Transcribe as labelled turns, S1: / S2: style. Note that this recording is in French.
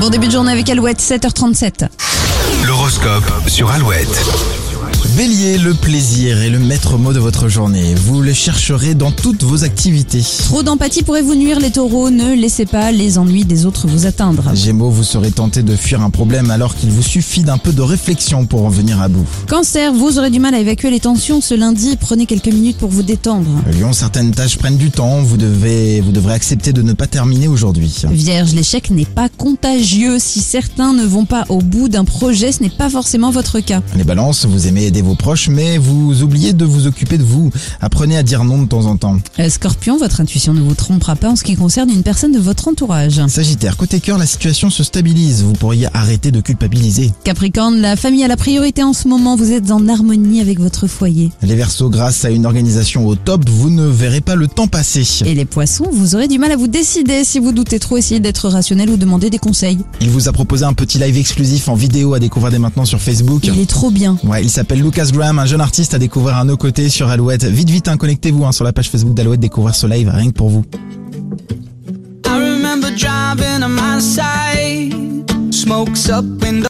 S1: Bon début de journée avec Alouette, 7h37.
S2: L'horoscope sur Alouette.
S3: Bélier, le plaisir est le maître mot de votre journée. Vous le chercherez dans toutes vos activités.
S1: Trop d'empathie pourrait vous nuire les taureaux, ne laissez pas les ennuis des autres vous atteindre.
S3: Gémeaux, vous serez tenté de fuir un problème alors qu'il vous suffit d'un peu de réflexion pour en venir à bout.
S1: Cancer, vous aurez du mal à évacuer les tensions ce lundi, prenez quelques minutes pour vous détendre.
S3: Lyon, certaines tâches prennent du temps. Vous devez, vous devrez accepter de ne pas terminer aujourd'hui.
S1: Vierge, l'échec n'est pas contagieux. Si certains ne vont pas au bout d'un projet, ce n'est pas forcément votre cas.
S3: Les balances, vous aimez aider vos proches, mais vous oubliez de vous occuper de vous. Apprenez à dire non de temps en temps.
S1: Euh, Scorpion, votre intuition ne vous trompera pas en ce qui concerne une personne de votre entourage.
S3: Sagittaire, côté cœur, la situation se stabilise. Vous pourriez arrêter de culpabiliser.
S1: Capricorne, la famille a la priorité en ce moment, vous êtes en harmonie avec votre foyer.
S3: Les Verseaux, grâce à une organisation au top, vous ne verrez pas le temps passer.
S1: Et les poissons, vous aurez du mal à vous décider si vous doutez trop, essayez d'être rationnel ou demandez des conseils.
S3: Il vous a proposé un petit live exclusif en vidéo à découvrir dès maintenant sur Facebook.
S1: Il est trop bien.
S3: Ouais, il s'appelle Lucas Graham, un jeune artiste à découvrir à nos côtés sur Alouette. Vite, vite, hein, connectez-vous hein, sur la page Facebook d'Alouette, découvrir ce live rien que pour vous.
S4: I remember driving on my side, smokes up in the